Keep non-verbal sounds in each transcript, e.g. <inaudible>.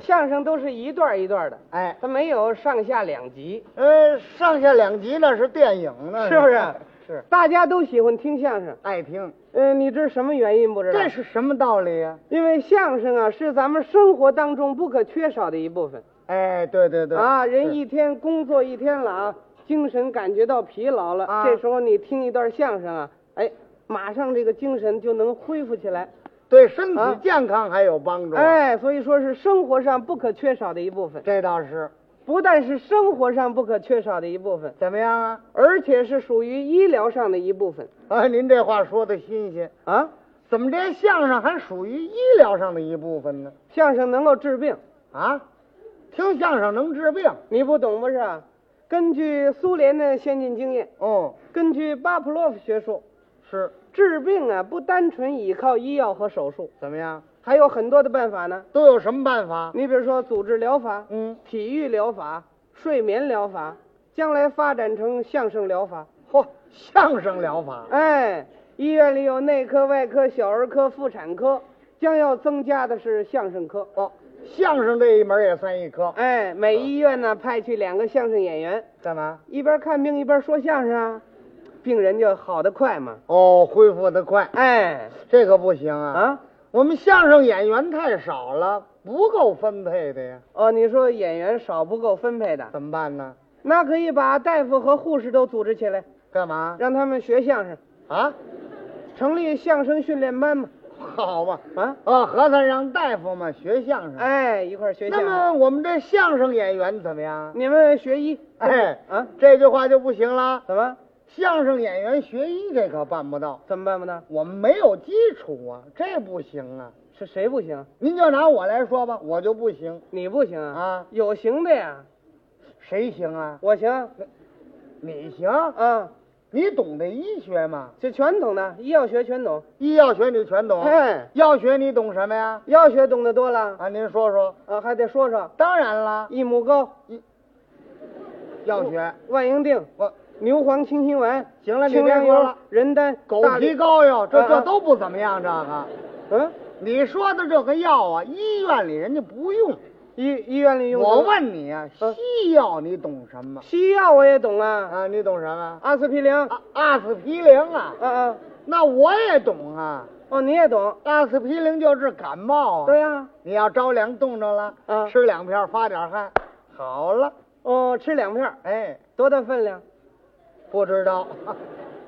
相声都是一段一段的，哎，它没有上下两集，呃，上下两集那是电影呢，是不是？ <laughs> 是，大家都喜欢听相声。爱听，嗯、你知什么原因不知道？这是什么道理呀、因为相声啊是咱们生活当中不可缺少的一部分哎，对对对，啊。是人一天工作一天了啊，精神感觉到疲劳了，啊这时候你听一段相声啊，哎，马上这个精神就能恢复起来。对身体啊健康还有帮助、，啊哎，所以说是生活上不可缺少的一部分，这倒是，不但是生活上不可缺少的一部分，怎么样啊？而且是属于医疗上的一部分啊，您这话说的新鲜，啊。怎么这相声还属于医疗上的一部分呢？相声能够治病，啊，听相声能治病？你不懂不是啊？根据苏联的先进经验，哦，根据巴甫洛夫学说，是，治病啊不单纯依靠医药和手术，怎么样？还有很多的办法呢。都有什么办法？你比如说组织疗法、嗯，体育疗法、睡眠疗法，将来发展成相声疗法。嚯，相声疗法，哎，医院里有内科、外科、小儿科、妇产科，将要增加的是相声科。哦，相声这一门也算一科，哎，每医院呢派去两个相声演员，干嘛？一边看病一边说相声啊，病人就好得快嘛。哦，恢复的快，哎，这个不行啊！啊，我们相声演员太少了，不够分配的呀，哦，你说演员少不够分配的，怎么办呢？那可以把大夫和护士都组织起来，干嘛让他们学相声，啊？成立相声训练班嘛。好吧，啊，啊，合算让大夫们学相声。哎，一块儿学相那声。么我们这相声演员怎么样？你们学医，哎啊，这句话就不行了。怎么相声演员学医这可办不到，怎么办不呢？我们没有基础啊，这不行啊。是谁不行？您就拿我来说吧，我就不行。你不行啊？啊有行的呀，谁行啊？我行你行？啊，你懂得医学吗？这全懂的，医药学全懂。医药学你全懂，哎，药学你懂什么呀？药学懂得多了，啊，您说说。啊，还得说说当然了，益母膏、药学。万应定、我牛黄清心丸。行了，你清别凉说油了。、人丹、狗大皮力，膏药，这啊这啊都不怎么样。这个，嗯，你说的这个药啊，医院里人家不用。医医院里用什么。我问你啊，嗯西药你懂什么？西药我也懂啊，啊，你懂什么？阿司匹林，啊啊，阿司匹林啊，啊，那我也懂啊。哦，你也懂，阿司匹林就治感冒啊。对呀、你要着凉冻着了，啊吃两片发点汗，好了。哦，吃两片儿，哎，多大分量？不知道， <laughs>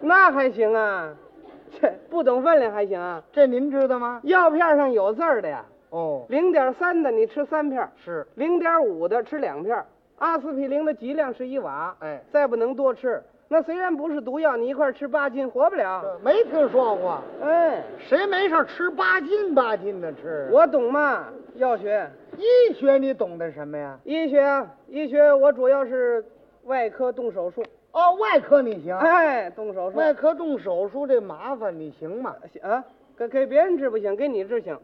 那还行啊， <laughs> 这不懂分量还行啊。这您知道吗？药片上有字儿的呀，哦，零点三的你吃三片儿，是，零点五的吃两片儿。阿司匹林的剂量是一瓦，哎，再不能多吃。那虽然不是毒药，你一块儿吃八斤活不了。这没听说过，哎，谁没事吃八斤八斤的吃？啊我懂嘛，药学、医学你懂得什么呀？医学啊，医学我主要是外科动手术，哦，外科你行，哎，动手术。外科动手术这麻烦，你行吗？啊，给给别人治不行，给你治行。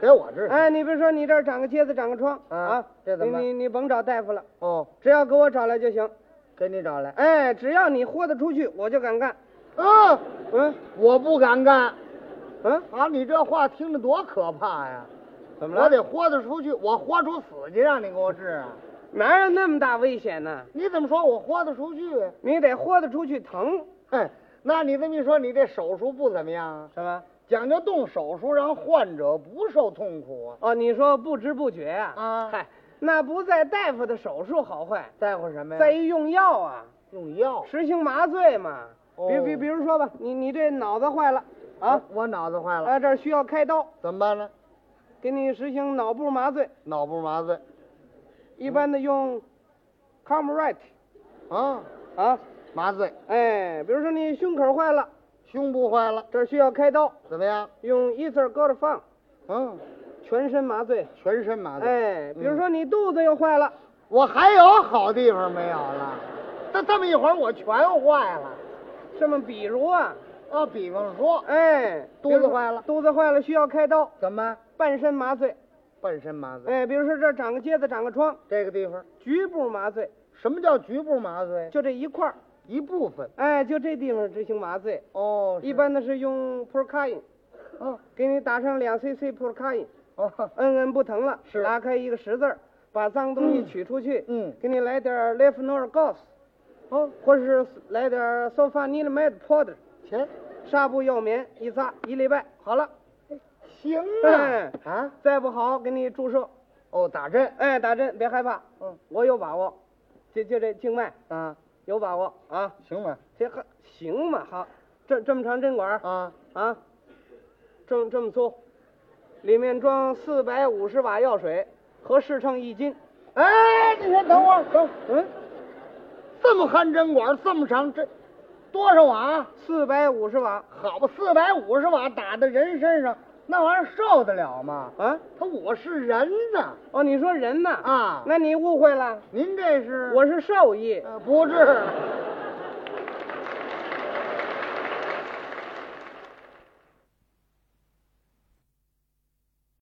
给我治。哎，你比如说你这儿长个疖子，长个疮啊这怎么办你你你甭找大夫了，哦，只要给我找来就行。给你找来。哎，只要你豁得出去，我就敢干。嗯，嗯我不敢干嗯，啊！你这话听着多可怕呀！怎我？得豁得出去，我豁出死去让你给我治啊！哪有那么大危险呢？你怎么说我豁得出去？你得豁得出去疼，哼，那你这么一说，你这手术不怎么样啊？什么？讲究动手术，让患者不受痛苦啊！哦，你说不知不觉啊？啊嗨，那不在大夫的手术好坏，在乎什么呀？在于用药啊，用药实行麻醉嘛。哦嗯比比比如说吧，你你这脑子坏了啊，！我脑子坏了，啊这儿需要开刀，怎么办呢？给你实行脑部麻醉。脑部麻醉一嗯般的用 c o m r i t 啊，啊，麻醉哎，比如说你胸口坏了，胸部坏了，这儿需要开刀，怎么样？用 e t h e r g o d f u n 嗯，全身麻醉。全身麻醉。嗯哎，比如说你肚子又坏了，我还有好地方没有了？这这么一会儿我全坏了。这么比如啊，啊，比方说，哎，肚子比如说坏了肚子坏了需要开刀，怎么半身麻醉。半身麻醉？哎，比如说这儿长个疖子，长个疮，这个地方，局部麻醉，什么叫局部麻醉？就这一块儿，一部分哎，就这地方执行麻醉。哦，是一般的是用 p r o c a i n 嗯，给你打上两 cc 扑卡因，哦，摁摁不疼了，是拉开一个十字儿，把脏东西取出去，嗯给你来点 l e f n o r gauze，哦，或是来点 sulfanilamide powder，钱纱布药棉一扎一礼拜好了，行啊哎啊！再不好给你注射，哦，打针，哎，打针别害怕，嗯我有把握，就就这静脉啊，有把握啊，行吧？这还行嘛，好，这这么长针管儿啊，啊，这么这么粗，里面装四百五十瓦药水，合适称一斤。哎，你先等会儿，等会儿嗯，这么憨针管，这么长针，多少瓦？四百五十瓦好吧，四百五十瓦打在人身上，那玩意儿受得了吗？啊？他我是人呢，哦，你说人呐？啊那你误会了，您这是我是兽医。呃不是，